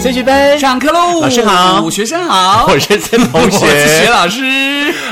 孙学芬， 上课喽！老师好学生好， 我是曾同我学，是学老师。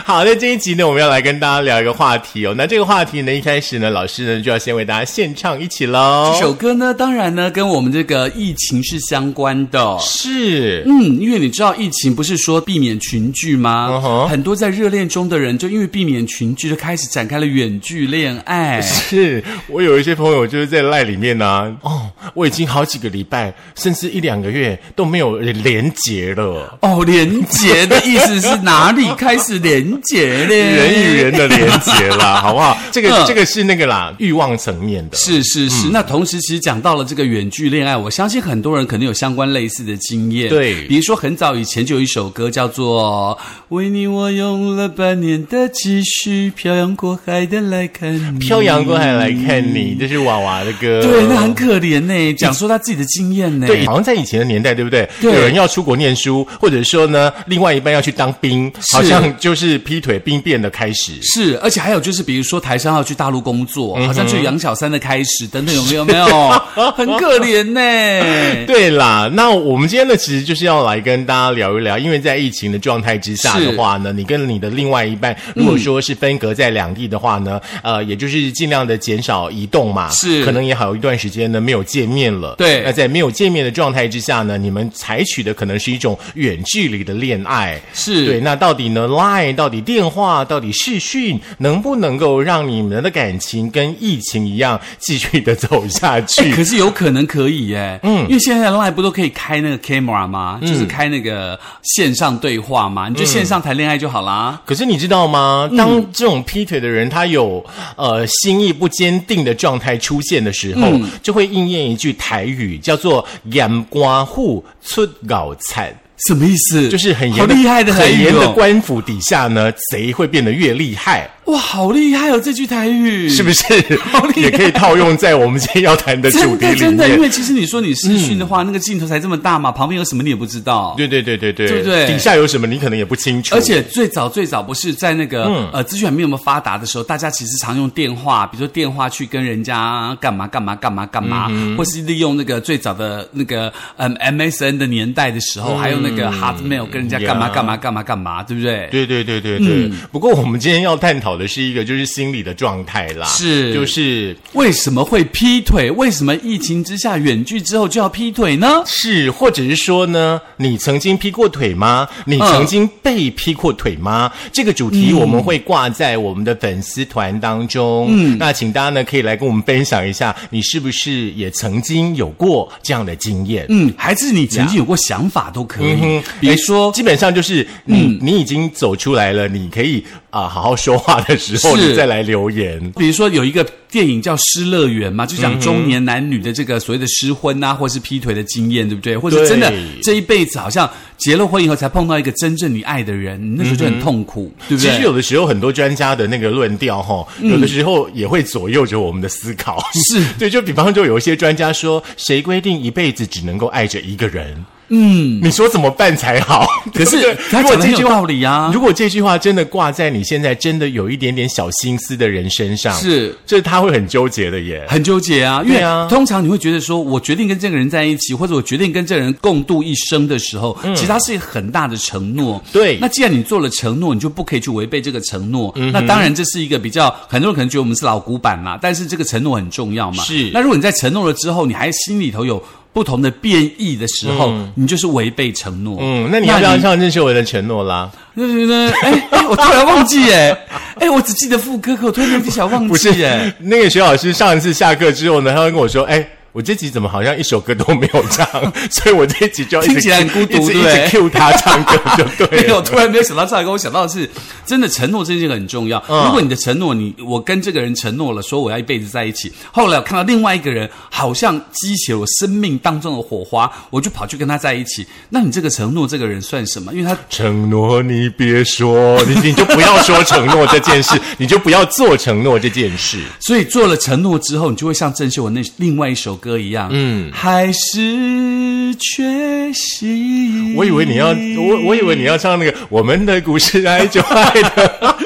好，那这一集呢，我们要来跟大家聊一个话题哦。那这个话题呢，一开始呢，老师呢就要先为大家献唱一起喽这。首歌呢，当然呢，跟我们这个疫情是相关的。是，嗯，因为你知道疫情不是说避免群聚吗嗯哼很多在热恋中的人，就因为避免群聚，就开始展开了远距恋爱。是我有一些朋友就是在赖里面呢、哦，我已经好几个礼拜，甚至一两个月都没有连结了，哦，连结的意思是哪里开始连结呢？ 人与人的连结 啦，好不好？这个、嗯这个是那个啦，欲望层面的。是是是，那同时其实讲到了这个远距恋爱，我相信很多人可能有相关类似的经验。对比如说很早以前就有一首歌叫做《为你我用了半年的积蓄，漂洋过海的来看你》。漂洋过海来看你，这是娃娃的歌。对，那很可怜呢，讲说他自己的经验呢。对，好像在以前的年代，对不对？对有人要出国念书，或者说呢，另外一半要去当兵，是好像就是劈腿兵变的开始。是，而且还有就是，比如说台商要去大陆工作，好像就杨小三的开始等等，有 没有有没有？很可怜呢。对啦，那我们今天呢，其实就是要来跟大家聊一聊，因为在疫情的状态之下的话呢，你跟你的另外一半，如果说是分隔在两地的话呢，呃，也就是尽量的减少移动嘛，是可能也好有一段时间呢没有见面了。对那在没有见面的状态之下呢，你们采取的可能是一种远距离的恋爱，是对。那到底呢，Line 到底电话到底视讯，能不能够让你们的感情跟疫情一样继续的走下去？ 哎可是有可能可以耶，嗯，因为现在 Line 不都可以开那个 camera 吗？嗯就是开那个线上对话嘛，你就线上谈恋爱就好啦。可是你知道吗？嗯当这种劈腿的人他有呃心意不坚定的状态出现的时候，嗯就会应验一句台语，叫做“眼瓜户出搞惨”。什么意思？就是很好严厉害的台很语严的哦！官府底下呢，贼会变得越厉害，哇，好厉害哦！这句台语是不是？是 好？厉害也可以套用在我们今天要谈的主真题的里真的，因面。为其实你说你视讯的嗯话，那个镜头才这么大嘛，旁边有什么你也不知道。对对对对对，对不对底下有什么你可能也不清楚，而且最早最早不是在那个、嗯呃资讯还没有那么发达的时候，大家其实常用电话，比如说电话去跟人家干嘛干嘛干嘛干嘛，嗯或是利用那个最早的那个嗯 MSN 的年代的时嗯候，还有那个 Hotmail 跟人家干嘛呀干嘛干嘛干嘛，对不对？对对对对对。嗯不过我们今天要探讨的是一个就是心理的状态啦，是就是为什么会劈腿？为什么疫情之下远距之后就要劈腿呢？是，或者是说呢，你曾经劈过腿吗？你曾经被劈过腿吗？这个主题我们会挂在我们的粉丝团当中。嗯，那请大家呢可以来跟我们分享一下，你是不是也曾经有过这样的经验？嗯，还是你曾经有过想法都可以，嗯哼比如说嗯基本上就是你、你已经走出来了，你可以啊、好好说话的时候，是你再来留言。比如说有一个电影叫《失乐园》嘛，就讲中年男女的这个所谓的失婚啊，或是劈腿的经验，对不对？或者对真的这一辈子好像结了婚以后才碰到一个真正你爱的人，你那时候就很痛苦，对不其对？嗯实有的时候很多专家的那个论调哈、有的时候也会左右着我们的思考。是 对，就比方说有一些专家说，谁规定一辈子只能够爱着一个人？嗯，你说怎么办才好？ 可是对不对他如果讲的这很句有话道。理啊如。果这句话真的挂在你现在真的有一点点小心思的人身上，是这他会很纠结的耶。很纠结啊，因为对啊通常你会觉得说，我决定跟这个人在一起，或者我决定跟这个人共度一生的时候，其实它是很大的承诺。嗯对嗯那既然你做了承诺，你就不可以去违背这个承诺。那当然，这是一个比较很多人可能觉得我们是老古板啦，但是这个承诺很重要嘛。是那如果你在承诺了之后，你还心里头有不同的变异的时候，你就是违背承诺。嗯，那你要不要像认识我的承诺啦？那你？那那哎哎，我突然忘记哎哎，我只记得副歌，可我突然间不想忘不记是哎。那个徐老师上一次下课之后呢，他会跟我说：“哎，我这集怎么好像一首歌都没有唱？” 所以我这一集就要一直听起来很孤独一直一对不对直 Q 他唱歌就 没对有，了。突然没有想到这个，我想到的是，真的承诺这件事很重要。嗯如果你的承诺，你我跟这个人承诺了，说我要一辈子在一起，后来我看到另外一个人好像激起了我生命当中的火花，我就跑去跟他在一起。那你这个承诺，这个人算什么？因为他承诺你别说，你你就不要说承诺这件事， 你就不要做承诺这件事。所以做了承诺之后，你就会像郑秀文那另外一首歌一样，嗯，还是缺席。我以为你要， 我我以为你要唱那个《我们的故事爱就爱的》。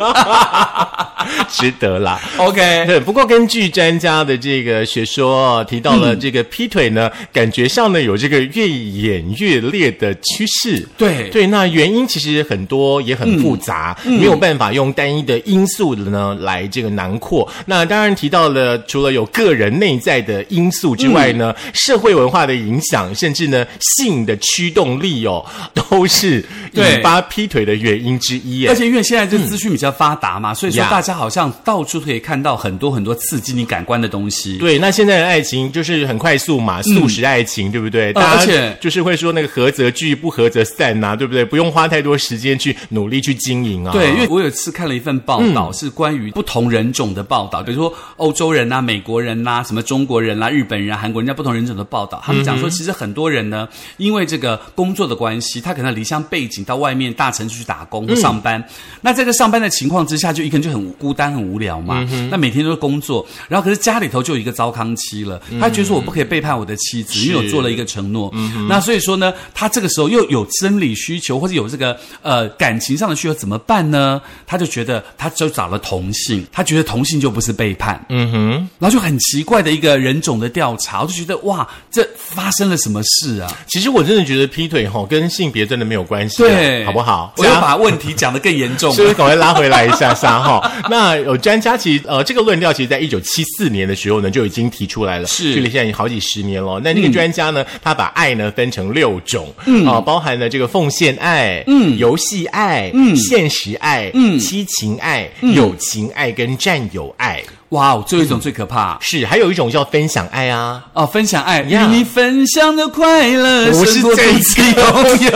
值得啦。 OK，对，不过根据专家的这个学说哦，提到嗯了这个劈腿呢，感觉上呢有这个越演越烈的趋势。对嗯对，那原因其实很多，也很复杂，没有办法用单一的因素呢来这个囊括。那当然提到了，除了有个人内在的因素之外呢，嗯社会文化的影响，甚至呢性的驱动力哦，都是对引发劈腿的原因之一耶。而且因为现在这资讯比较发达嘛，所以说呀大家好像到处可以看到很多很多刺激你感官的东西。对，那现在的爱情就是很快速嘛，速食爱情，对不对？大家嗯呃而且就是会说那个合则聚，不合则散呐、对不对？不用花太多时间去努力去经营啊。对，因为我有一次看了一份报道，是关于不同人种的报道，比如说欧洲人呐、美国人啊呐、什么中国人啦、日本人、啊、韩国人家不同人种的报道。他们讲说，其实很多人呢，因为这个工作的关系，他可能离乡背景，到外面大城市去打工或上班。那在这上班的情况之下，就一个人就很孤单、很无聊嘛。那每天都是工作，然后可是家里头就有一个糟糠妻了，他觉得说我不可以背叛我的妻子，因为我做了一个承诺。那所以说呢，他这个时候又有生理需求或者有这个呃感情上的需求怎么办呢？他就觉得他就找了同性，他觉得同性就不是背叛。嗯哼，然后就很奇怪的一个人种的调查，我就觉得哇，这发生了什么事啊？其实我真的觉得劈腿吼、跟性别真的没有关系、啊，对，好不好？我又大家把问题讲得更严重是不了。是赶快拉回来一下下哈？ 那有专家其实呃，这个论调其实在一九七四年的时候呢就已经提出来了，是距离现在已经好几十年了。那这个专家呢，他把爱呢分成六种，嗯，啊，包含了这个奉献爱，嗯，游戏爱，嗯，现实爱，嗯，七情爱、友情爱跟占有爱，哇哦，最后一种最可怕。是还有一种叫分享爱啊。 哦，分享爱，与 Yeah 你分享的快乐，不是胜过这一自己拥有。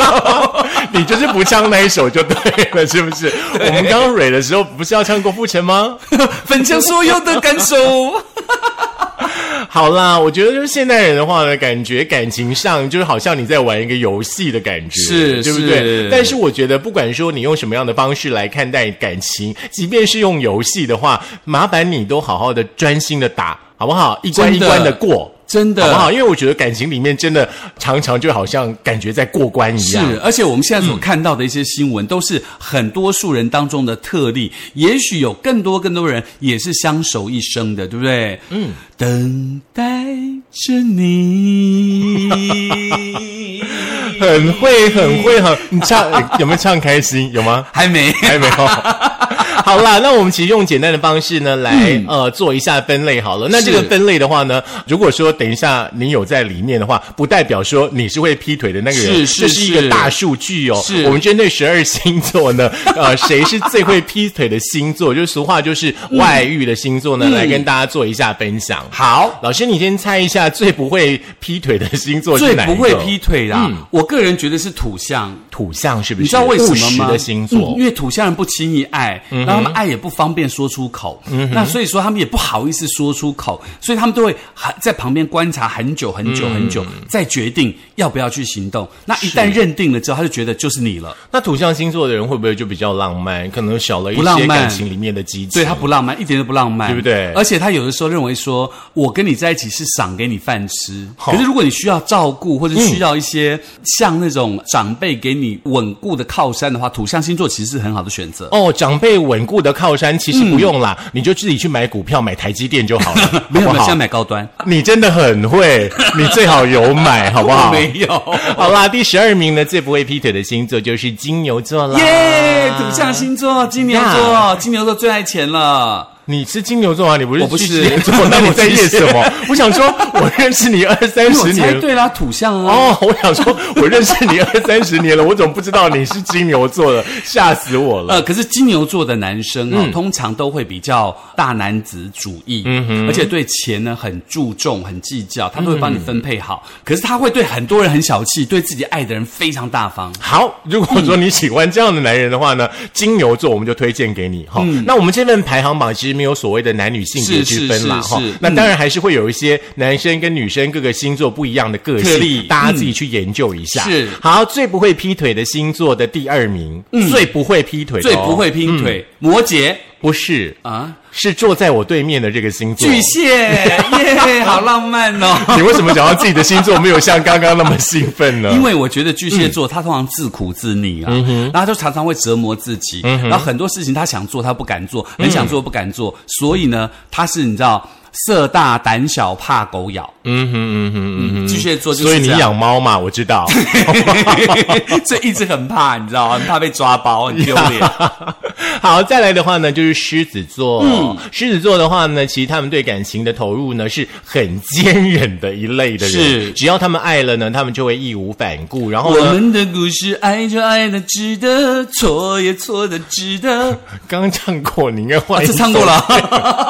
你就是不唱那一首就对了，是不是？我们刚刚蕊的时候不是要唱郭富城吗？分享所有的感受。好啦，我觉得就是现代人的话呢，感觉感情上就是好像你在玩一个游戏的感觉，是对不是对？但是我觉得，不管说你用什么样的方式来看待感情，即便是用游戏的话，麻烦你都好好的专心的打，好不好？一关一真的关的过。真的好不好？因为我觉得感情里面真的常常就好像感觉在过关一样。是，而且我们现在所看到的一些新闻，都是很多数人当中的特例，也许有更多更多人也是相守一生的，对不对？嗯，等待着 你，很会，很会，很你唱 有没有唱开心？有吗？还没。还 没有。好啦，那我们其实用简单的方式呢，来、呃做一下分类好了。那这个嗯是分类的话呢，如果说等一下你有在里面的话，不代表说你是会劈腿的那个人，是是这是一是个大数据哦。是我们针对十二星座 呢，呃，谁是最会劈腿的星座？就是俗话就是外遇的星座呢，来跟大家做一下分享。嗯好，老师，你先猜一下最不会劈腿的星座是最哪一不个？嗯会劈腿啦，我个人觉得是土象。土象是不是？你知道为什么务实吗？的星座嗯嗯因为土象人不轻易爱，然后他们爱也不方便说出口，那所以说他们也不好意思说出口，所以他们都会很在旁边观察很久很嗯久很久，再决定要不要去行动。那一旦认定了之后，他就觉得就是你了，那土象星座的人会不会就比较浪漫？可能少了一不浪些漫感情里面的激情。所以他不浪漫，一点都不浪漫，对不对而且他有的时候认为说，我跟你在一起是赏给你饭吃，好嗯可是如果你需要照顾或者需要一些像那种长辈给你稳固的靠山的话，土象星座其实是很好的选择。哦，长辈稳固的靠山其实不用啦，你就自己去买股票、买台积电就 好了，嗯没好有，不没有现在好？买高端。你真的很 会，你最好有买，好不好？没 有。好啦，第十二名呢，最不会劈腿的星座就是金牛座啦。耶，土象星座，金牛啊呀座，金牛座最爱钱了。你是金牛座啊？你不是我不是，巨蟹座那 你在我演不是什么？我想说，我认识你二三哎我十猜年了，对啦，土象啊。哦，我想说，我认识你二三十年了，我怎么不知道你是金牛座 的？吓死我了！呃，可是金牛座的男生嗯哦，通常都会比较大男子主义，而且对钱呢很注重、很计较，他都会帮你分配好。嗯可是他会对很多人很小气，对自己爱的人非常大方。好，如果说你喜欢这样的男人的话呢，金牛座我们就推荐给你哈。那我们这份排行榜其实没有所谓的男女性别嗯是之分啦是是哈是。嗯那当然还是会有一些男生跟女生各个星座不一样的个特性例，大家自己去研究一下。嗯是好，最不会劈腿的星座的第二名，最不会劈腿的嗯最哦，不会劈腿，摩羯不是啊，是坐在我对面的这个星座。巨蟹，耶，好浪漫哦！ 你为什么讲到自己的星座没有像刚刚那么兴奋呢？因为我觉得巨蟹座他通常自苦自溺嗯啊，然后他就常常会折磨自己，然后很多事情他想做他不敢做，嗯很想做不敢做，所以呢，他是你知道色大胆小怕狗咬，嗯哼嗯哼嗯哼，巨蟹座就所以是你这 样，养猫嘛，我知道。所以一直很怕，你知道吗？很怕被抓包，很丢 脸。 好，再来的话呢，就是狮子座。狮子座的话呢，其实他们对感情的投入呢是很坚忍的一类的人，是只要他们爱了呢，他们就会义无反顾。然后我呢，们的故事，爱就爱的值得，错也错的值 得。刚刚唱过，你应该换、啊这唱过了。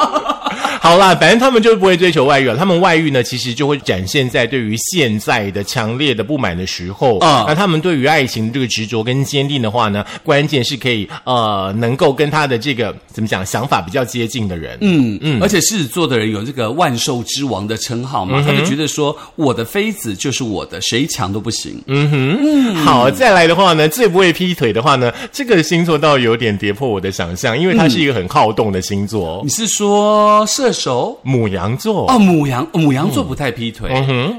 好啦，反正他们就不会追求外遇了。他们外遇呢，其实就会展现在对于现在的强烈的不满的时候。啊那他们对于爱情的这个执着跟坚定的话呢，关键是可以呃，能够跟他的这个怎么讲想法比较接近的人。嗯，嗯嗯，而且狮子座的人有这个万兽之王的称号嘛，他就觉得说我的妃子就是我的，谁抢都不行。嗯，好，再来的话呢，最不会劈腿的话呢，这个星座倒有点跌破我的想象，因为它是一个很好动的星座，哦你是说射手？母羊座。哦，母羊哦母羊座不太劈腿，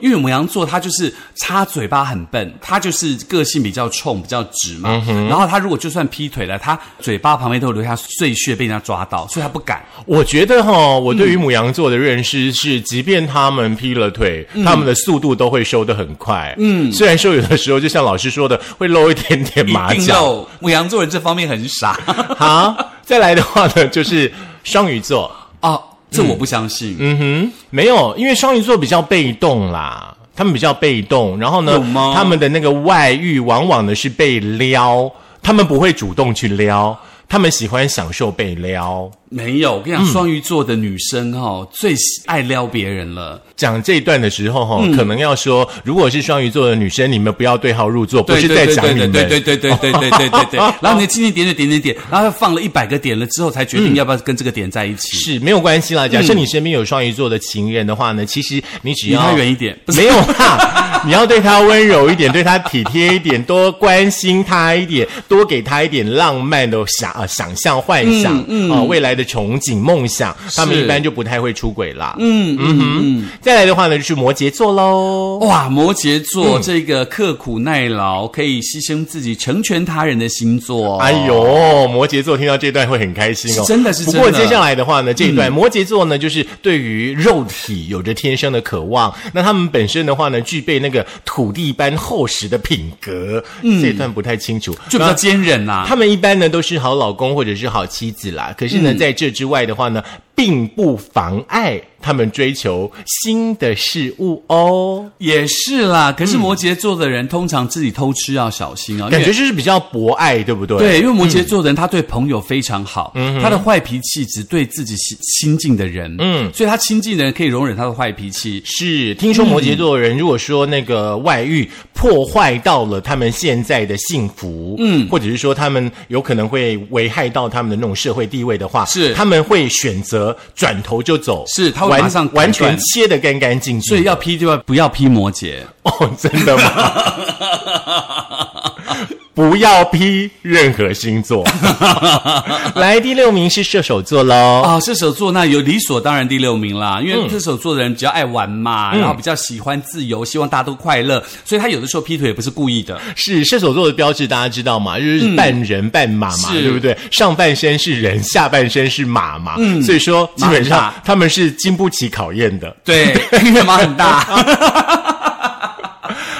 因为母羊座他就是他嘴巴很笨，他就是个性比较冲、比较直嘛。然后他如果就算劈腿了，他嘴巴旁边都有留下碎屑被人家抓到，所以他不敢。我觉得哈、我对于母羊座的认识是，即便他们劈了腿，嗯他们的速度都会收得很快。嗯，虽然说有的时候就像老师说的，会露一点点马一 定脚。要母羊座人这方面很傻好，再来的话呢，就是双鱼座。哦，这我不相信。嗯哼，没有，因为双鱼座比较被动啦，他们比较被动，然后呢有吗，他们的那个外遇往往呢是被撩，他们不会主动去撩，他们喜欢享受被撩。没有，我跟你讲，双鱼座的女生哦，最喜爱撩别人了。讲这一段的时候、哈、嗯可能要说，如果是双鱼座的女生，你们不要对号入座，不是在讲你们。对对对对对对对 对对对。然后你的今天点点点点点，然后放了一百个点了之后，才决定要不要跟这个点在一起。是没有关嗯系啦。假设你身边有双鱼座的情人的话呢，其实你只离要他远一点，不是没有啦， 你要对他温柔一点，对他体贴一点，多关心他一点，多给他一点浪漫的想、呃、想象、幻想嗯啊、呃未来的憧憬、梦想，他们一般就不太会出轨啦。嗯嗯嗯。再来的话呢，就是摩羯座喽。哇，摩羯座、嗯这个刻苦耐劳，可以牺牲自己成全他人的星座。哎呦，摩羯座听到这段会很开心哦，哦是真的是嗯不过真的接下来的话呢，这一段、摩羯座呢，就是对于肉体有着天生的渴望，那他们本身的话呢，具备那个土地般厚实的品格。这一段不太清楚，嗯就比较坚韧啊啦、他们一般呢都是好老公或者是好妻子啦，可是嗯呢，在这之外的话呢，并不妨碍他们追求新的事物哦。也是啦。可是摩羯座的人、通常自己偷吃要小心哦，嗯因为感觉就是嗯比较博爱，对不对？对，因为摩羯座的人，他对朋友非常好，嗯他的坏脾气只对自己亲亲近的人，嗯，所以他亲近的人可以容忍他的坏脾气。是，听说摩羯嗯座的人如果说那个外遇破坏到了他们现在的幸福，嗯，或者是说他们有可能会危害到他们的那种社会地位的话，是他们会选择转头就走，是他会完马上砍完全断切得干干净净。所以要批就要不要批摩羯，哦，真的吗？ 不要批任何星 座。来，第六名是射手座喽。啊、射手座那有理所当然第六名啦，因嗯为射手座的人比较爱玩嘛，然后比较喜欢自由，希望大家都快乐，所以他有的时候劈腿也不是故意的。是射手座的标志，大家知道嘛？就是半人半马嘛，嗯是对不对？上半身是人，下半身是马嘛。所以说基本上嗯马很大他们是经不起考验的。对， 因为马很大。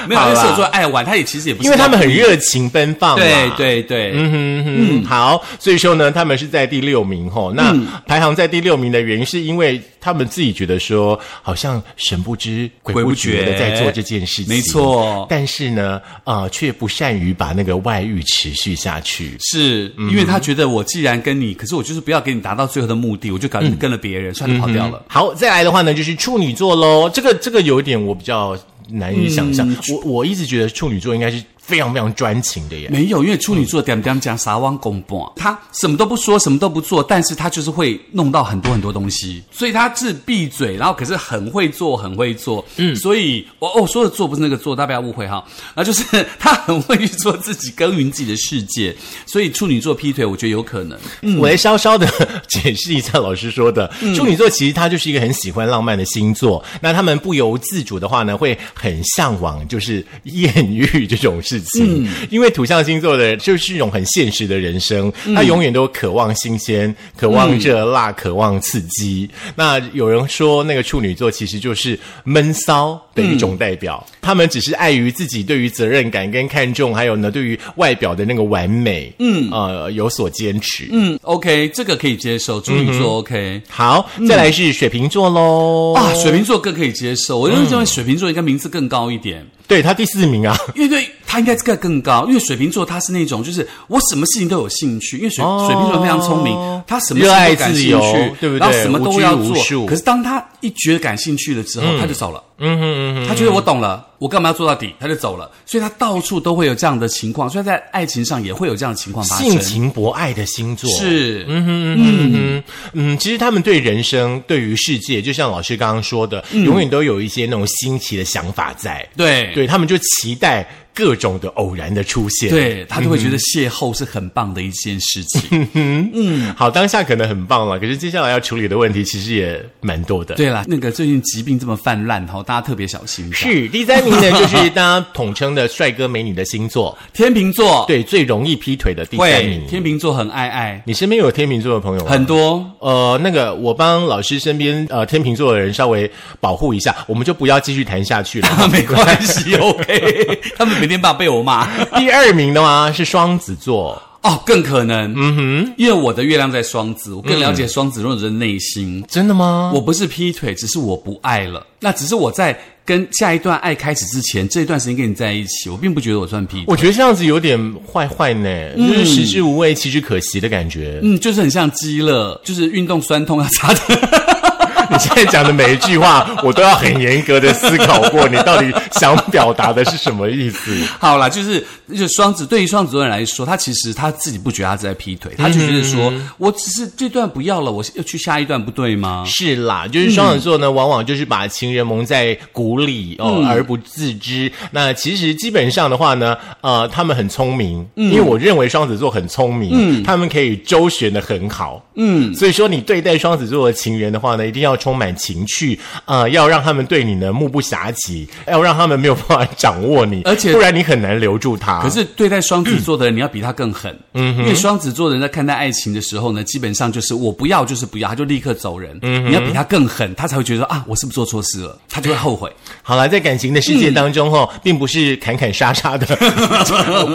没有，因好为啦射手座爱玩，他也其实也不是因为他们很热情奔放嘛，对对对，嗯哼，好，所以说呢，他们是在第六名吼。那嗯排行在第六名的原因，是因为他们自己觉得说，好像神不知鬼鬼不不觉的觉在做这件事情，没错但是呢，呃，却不善于把那个外遇持续下去。是嗯因为他觉得我既然跟你，可是我就是不要给你达到最后的目的，我就搞嗯跟了别人，算是跑掉了。好，再来的话呢，就是处女座喽。这个这个有一点我比较难以想象，我我一直觉得处女座应该是非常非常专情的耶。没有，因为处女座点点讲撒网公半，他什么都不说，什么都不做，但是他就是会弄到很多很多东西，所以他是闭嘴，然后可是很会做，很会做，嗯，所以我哦说的做不是那个做，大家不要误会哈，然后就是他很会去做自己，耕耘自己的世界，所以处女座劈腿，我觉得有可能，我来稍稍的解释一下老师说的，处女座其实他就是一个很喜欢浪漫的星座，那他们不由自主的话呢，会很向往就是艳遇这种事情，因为土象星座的就是一种很现实的人生，他永远都渴望新鲜，渴望热辣，渴望刺激。那有人说那个处女座其实就是闷骚的一种代表，他们只是碍于自己对于责任感跟看重，还有呢对于外表的那个完美，嗯呃有所坚持，嗯。嗯，OK，这个可以接受，处女座 OK。好，再来是水瓶座喽。嗯啊，水瓶座更可以接受，我认为水瓶座应该名次更高一点，对他第四名啊，因为对他应该更更高，因为水瓶座他是那种就是我什么事情都有兴趣，因为水、哦水瓶座非常聪明，他什么事情都感兴热爱自由趣，对不对然后什么都要无拘无束做，可是当他一觉得感兴趣了之后，他就走了。嗯哼嗯哼，他觉得我懂了，我干嘛要做到底？他就走了，所以他到处都会有这样的情况，所以在爱情上也会有这样的情况发性生。情博爱的星座。是，嗯嗯，其实他们对人生、对于世界，就像老师刚刚说的，永远都有一些那种新奇的想法在。嗯对对他们就期待各种的偶然的出现。，对他就会觉得邂逅是很棒的一件事嗯情。好，当下可能很棒了，可是接下来要处理的问题其实也蛮多的。对啦，那个最近疾病这么泛滥哈，大家特别小心一下。是第三名呢，就是大家统称的帅哥美女的星座，天秤座，对，最容易劈腿的第三会名。天秤座很爱爱，你身边有天秤座的朋友吗？很 多呃，那个我帮老师身边呃天秤座的人稍微保护一下，我们就不要继续谈下去了。啊， 没关系，OK。他 们每天怕被我 骂第二名的话是双子座，哦，更可能，嗯哼，因嗯为我的月亮在双子，我更了解双子座的内心。真的吗？我不是劈腿，只是我不爱了。那只是我在跟下一段爱开始之前，这一段时间跟你在一起，我并不觉得我算劈腿。我觉得这样子有点坏坏呢，就是食之无味，弃之可惜的感觉。嗯，就是很像鸡了，就是运动酸痛要擦的。 你现在讲的每一句话，我都要很严格的思考过，你到底想表达的是什么意思？好啦，就是就是双子，对于双子座人来说，他其实他自己不觉得他在劈腿，他就觉得说，我只是这段不要了，我要去下一段，不对吗？是啦，就是双子座呢，往往就是把情人蒙在鼓里哦，嗯而不自知。那其实基本上的话呢，呃，他们很聪明，嗯因为我认为双子座很聪明，他们可以周旋的很好，嗯，所以说你对待双子座的情人的话呢，一定要充满情趣，呃，要让他们对你呢目不暇接，要让他们没有办法掌握你，而且不然你很难留住他。可是对待双子座的人，你要比他更狠，嗯，因为双子座的人在看待爱情的时候呢，基本上就是我不要就是不要，他就立刻走人。嗯，你要比他更狠，他才会觉得说啊，我是不是做错事了？他就会后悔。好了，在感情的世界当中哦，并不是砍砍杀杀 的，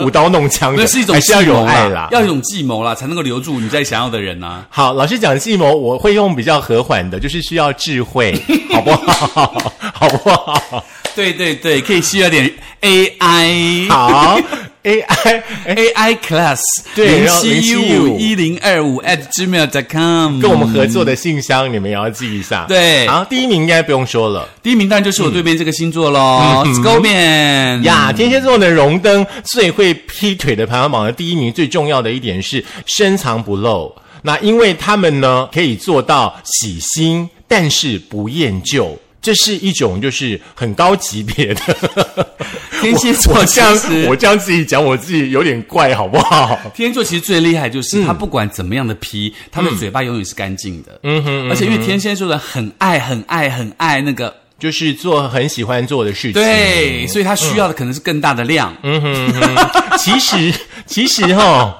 舞刀弄枪的， 那是一种还是要计有谋啊爱啦，要有一种计谋啦，才能够留住你在想要的人啊呐、好，老师讲计谋，我会用比较和缓的，就是需要智慧，好不好？好不好？对对对，可以需要点哎 AI。好，AI，哎， AI class 对零然后七一五一零二五 at gmail.com 跟我们合作的信箱，你们也要记一下。对好，第一名应该不用说了第一名当然就是我对面这个星座喽，Scorpion 呀。天蝎座的荣登最会劈腿的排行榜的第一名，最重要的一点是深藏不露。那因为他们呢，可以做到喜新，但是不厌旧。这是一种就是很高级别 的天蝎我座这其样实我这样自己讲我自己有点怪，好不好？天蝎座其实最厉害就是他不管怎么样的批，他的嘴巴永远是干净的。嗯哼，而且因为天蝎座的人很爱很爱很爱那个，就是做很喜欢做的事情。，对，嗯所以他需要的可能是更大的量。其实其实 哈，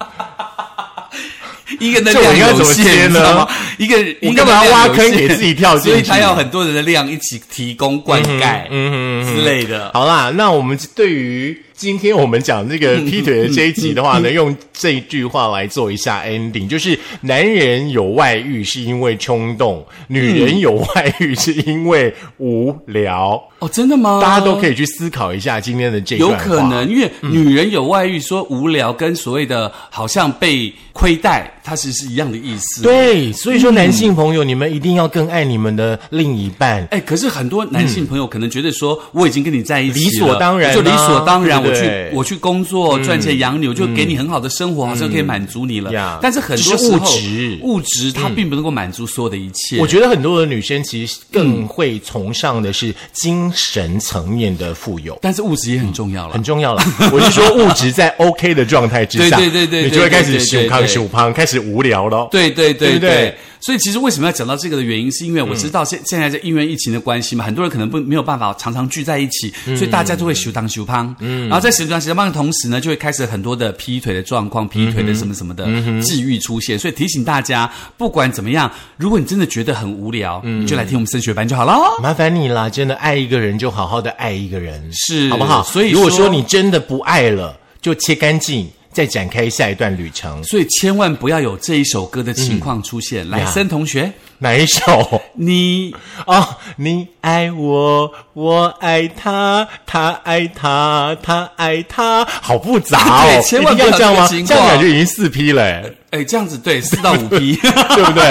一个人的这我量应该有怎么接限，呢你知道吗？一个人我一干个嘛人的挖量有坑限给自己跳进所以他去要很多人的量一起提供灌溉，嗯之类 的。好啦，那我们对于今天我们讲这 个劈腿的这一集的话呢，用这一句话来做一下 ending，就是男人有外遇是因为冲动，女人有外遇是因为无聊。哦，真的吗？大家都可以去思考一下今天的这一段有话可能，因为女人有外遇，说无聊跟所谓的好像被亏待，它其实是一样的意思。对，所以就男性朋友，你们一定要更爱你们的另一半。哎，可是很多男性朋友可能觉得说，我已经跟你在一嗯起了理所当然啊就理所当然，对我不去对嗯我去工作赚钱养你，我就给你很好的生活，好像可以满足你呀了。但是很只多是时候物质嗯物质它并不能够满足所有的一切。我觉得很多的女生其实更会崇尚的是精神层面的富有。但是物质也很重要了很。重要了。 我是说物质在 OK 的状态之下，对对对对对你就会开始对对胸对康对胸胖，开始无聊了。对对对对不对嗯对所以其实为什么要讲到这个的原因，是因为我知道现现在在因为疫情的关系嘛，很多人可能不没有办法常常聚在一起，所以大家就会休当休胖，嗯嗯，然后在休当休胖的同时呢，就会开始很多的劈腿的状况、劈腿的什么什么的际遇出现，所以提醒大家，不管怎么样，如果你真的觉得很无聊，你就来听我们升学班就好了哦。麻烦你啦，真的爱一个人就好好的爱一个人，是好不好？所以如果说说你真的不爱了，就切干净，再展开下一段旅程。所以千万不要有这一首歌的情况出现。来，呀森同学，哪一首？你哦， 你爱我，我爱他，他爱他，他爱他，好复杂哦！对千万一定要不要这样吗？这个情这样况感觉已经四批了，哎哎，这样子对四到五批。对不对？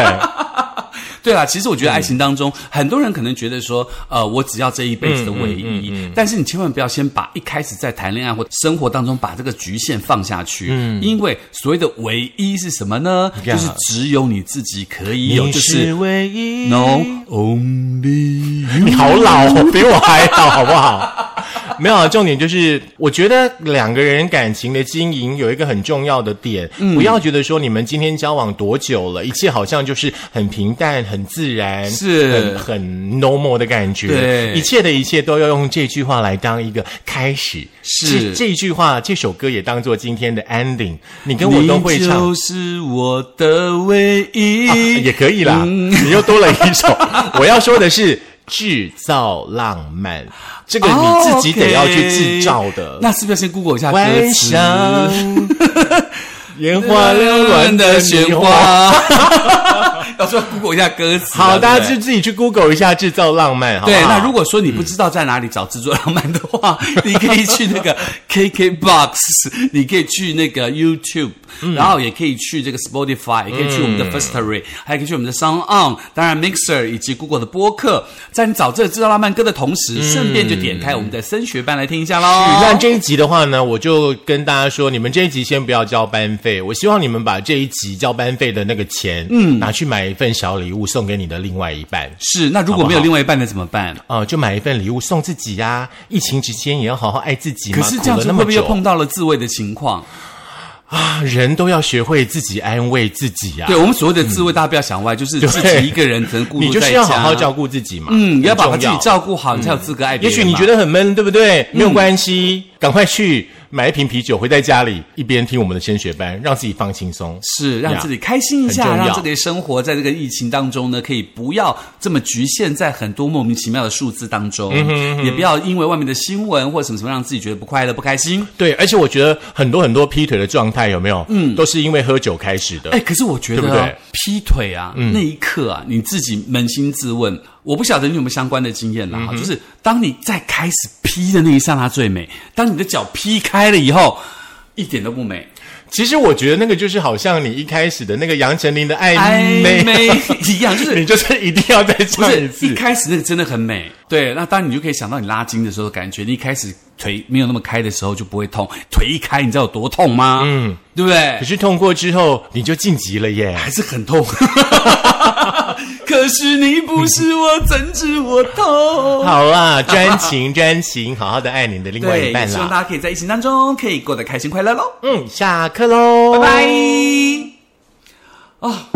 对啦，其实我嗯觉得爱情当中，很多人可能觉得说，呃，我只要这一辈子的唯一。嗯但是你千万不要先把一开始在谈恋爱或生活当中把这个局限放下去，嗯因为所谓的唯一是什么呢？呀就是只有你自己可以 有，你就是是唯一。 no only you。 你好老哦，比我还老，好不好？ 没有啊，重点就是，我觉得两个人感情的经营有一个很重要的点，嗯不要觉得说你们今天交往多久了，一切好像就是很平淡、很自然，是很很 normal 的感觉。对一切的一切都要用这句话来当一个开始。是这这一句话，这首歌也当做今天的 ending。你跟我都会你唱。就是我的唯一。嗯啊也可以啦，你又多了一首。我要说的是制造浪漫，这个哦你自己得要去 OK 制造的。哦那是不是要先 Google 一下歌晚 词？上，烟花缭乱的雪花。，要说 Google 一下歌词啊。好，大对不家对就自己去 Google 一下制造浪漫，好不好？对，那如果说你不知道在哪里找制作浪漫的话，你可以去那个 KKBox，你可以去那个 YouTube，、然后也可以去这个 Spotify，也可以去我们的 Firstory，、还可以去我们的 Sound On，当然 Mixer 以及 Google 的播客。在你找这个制造浪漫歌的同时，顺便就点开我们的升学班来听一下喽。那这一集的话呢，我就跟大家说，你们这一集先不要交班费，我希望你们把这一集交班费的那个钱，嗯，拿去买一份小礼物送给你的另外一半。是，那如果没有另外一半的怎么办？啊、就买一份礼物送自己呀、疫情期间也要好好爱自己嘛。可是这样苦了子那会么不会又久碰到了自慰的情况？啊？人都要学会自己安慰自己呀、对我们所谓的自慰，大家不要想歪，就是自嗯对己一个人只能孤你独就在是家。要好好照顾自己嘛。嗯，要很把重嗯自己照顾好，你才有资格爱别也人许你嘛。觉得很闷，对不对？没有关系，嗯赶快去买一瓶啤酒，回在家里一边听我们的升学班，让自己放轻松。是让呀自己开心一很下，重要让自己的生活在这个疫情当中呢，可以不要这么局限在很多莫名其妙的数字当中，嗯也不要因为外面的新闻或什么什么让自己觉得不快乐、不开心。对，而且我觉得很多很多劈腿的状态有没有？嗯，都是因为喝酒开始的。哎，可是我觉得对不嗯对劈腿啊，那一刻啊，你自己扪心自问，我不晓得你有没有相关的经验嗯啦，哈就是当你在开始劈的那一刹那最美，当你的脚劈开了以后，一点都不美，其实我觉得那个就是好像你一开始的那个杨丞琳的暧昧，暧昧哎一样，就 是你 就是一定要再不唱一是次。一开始那个真的很美，对。那当然你就可以想到你拉筋的时候的感觉，你一开始腿没有那么开的时候就不会痛，腿一开你知道有多痛吗？嗯，对不可对？是痛过之后，你就晋级了耶！还是很痛。 可是你不是我，怎知我痛？好啦，专情专情，好好的爱你的 另外对，一也半希望啦。大家可以在疫情当中可以过得开心快乐喽，嗯，下课喽，拜拜。啊、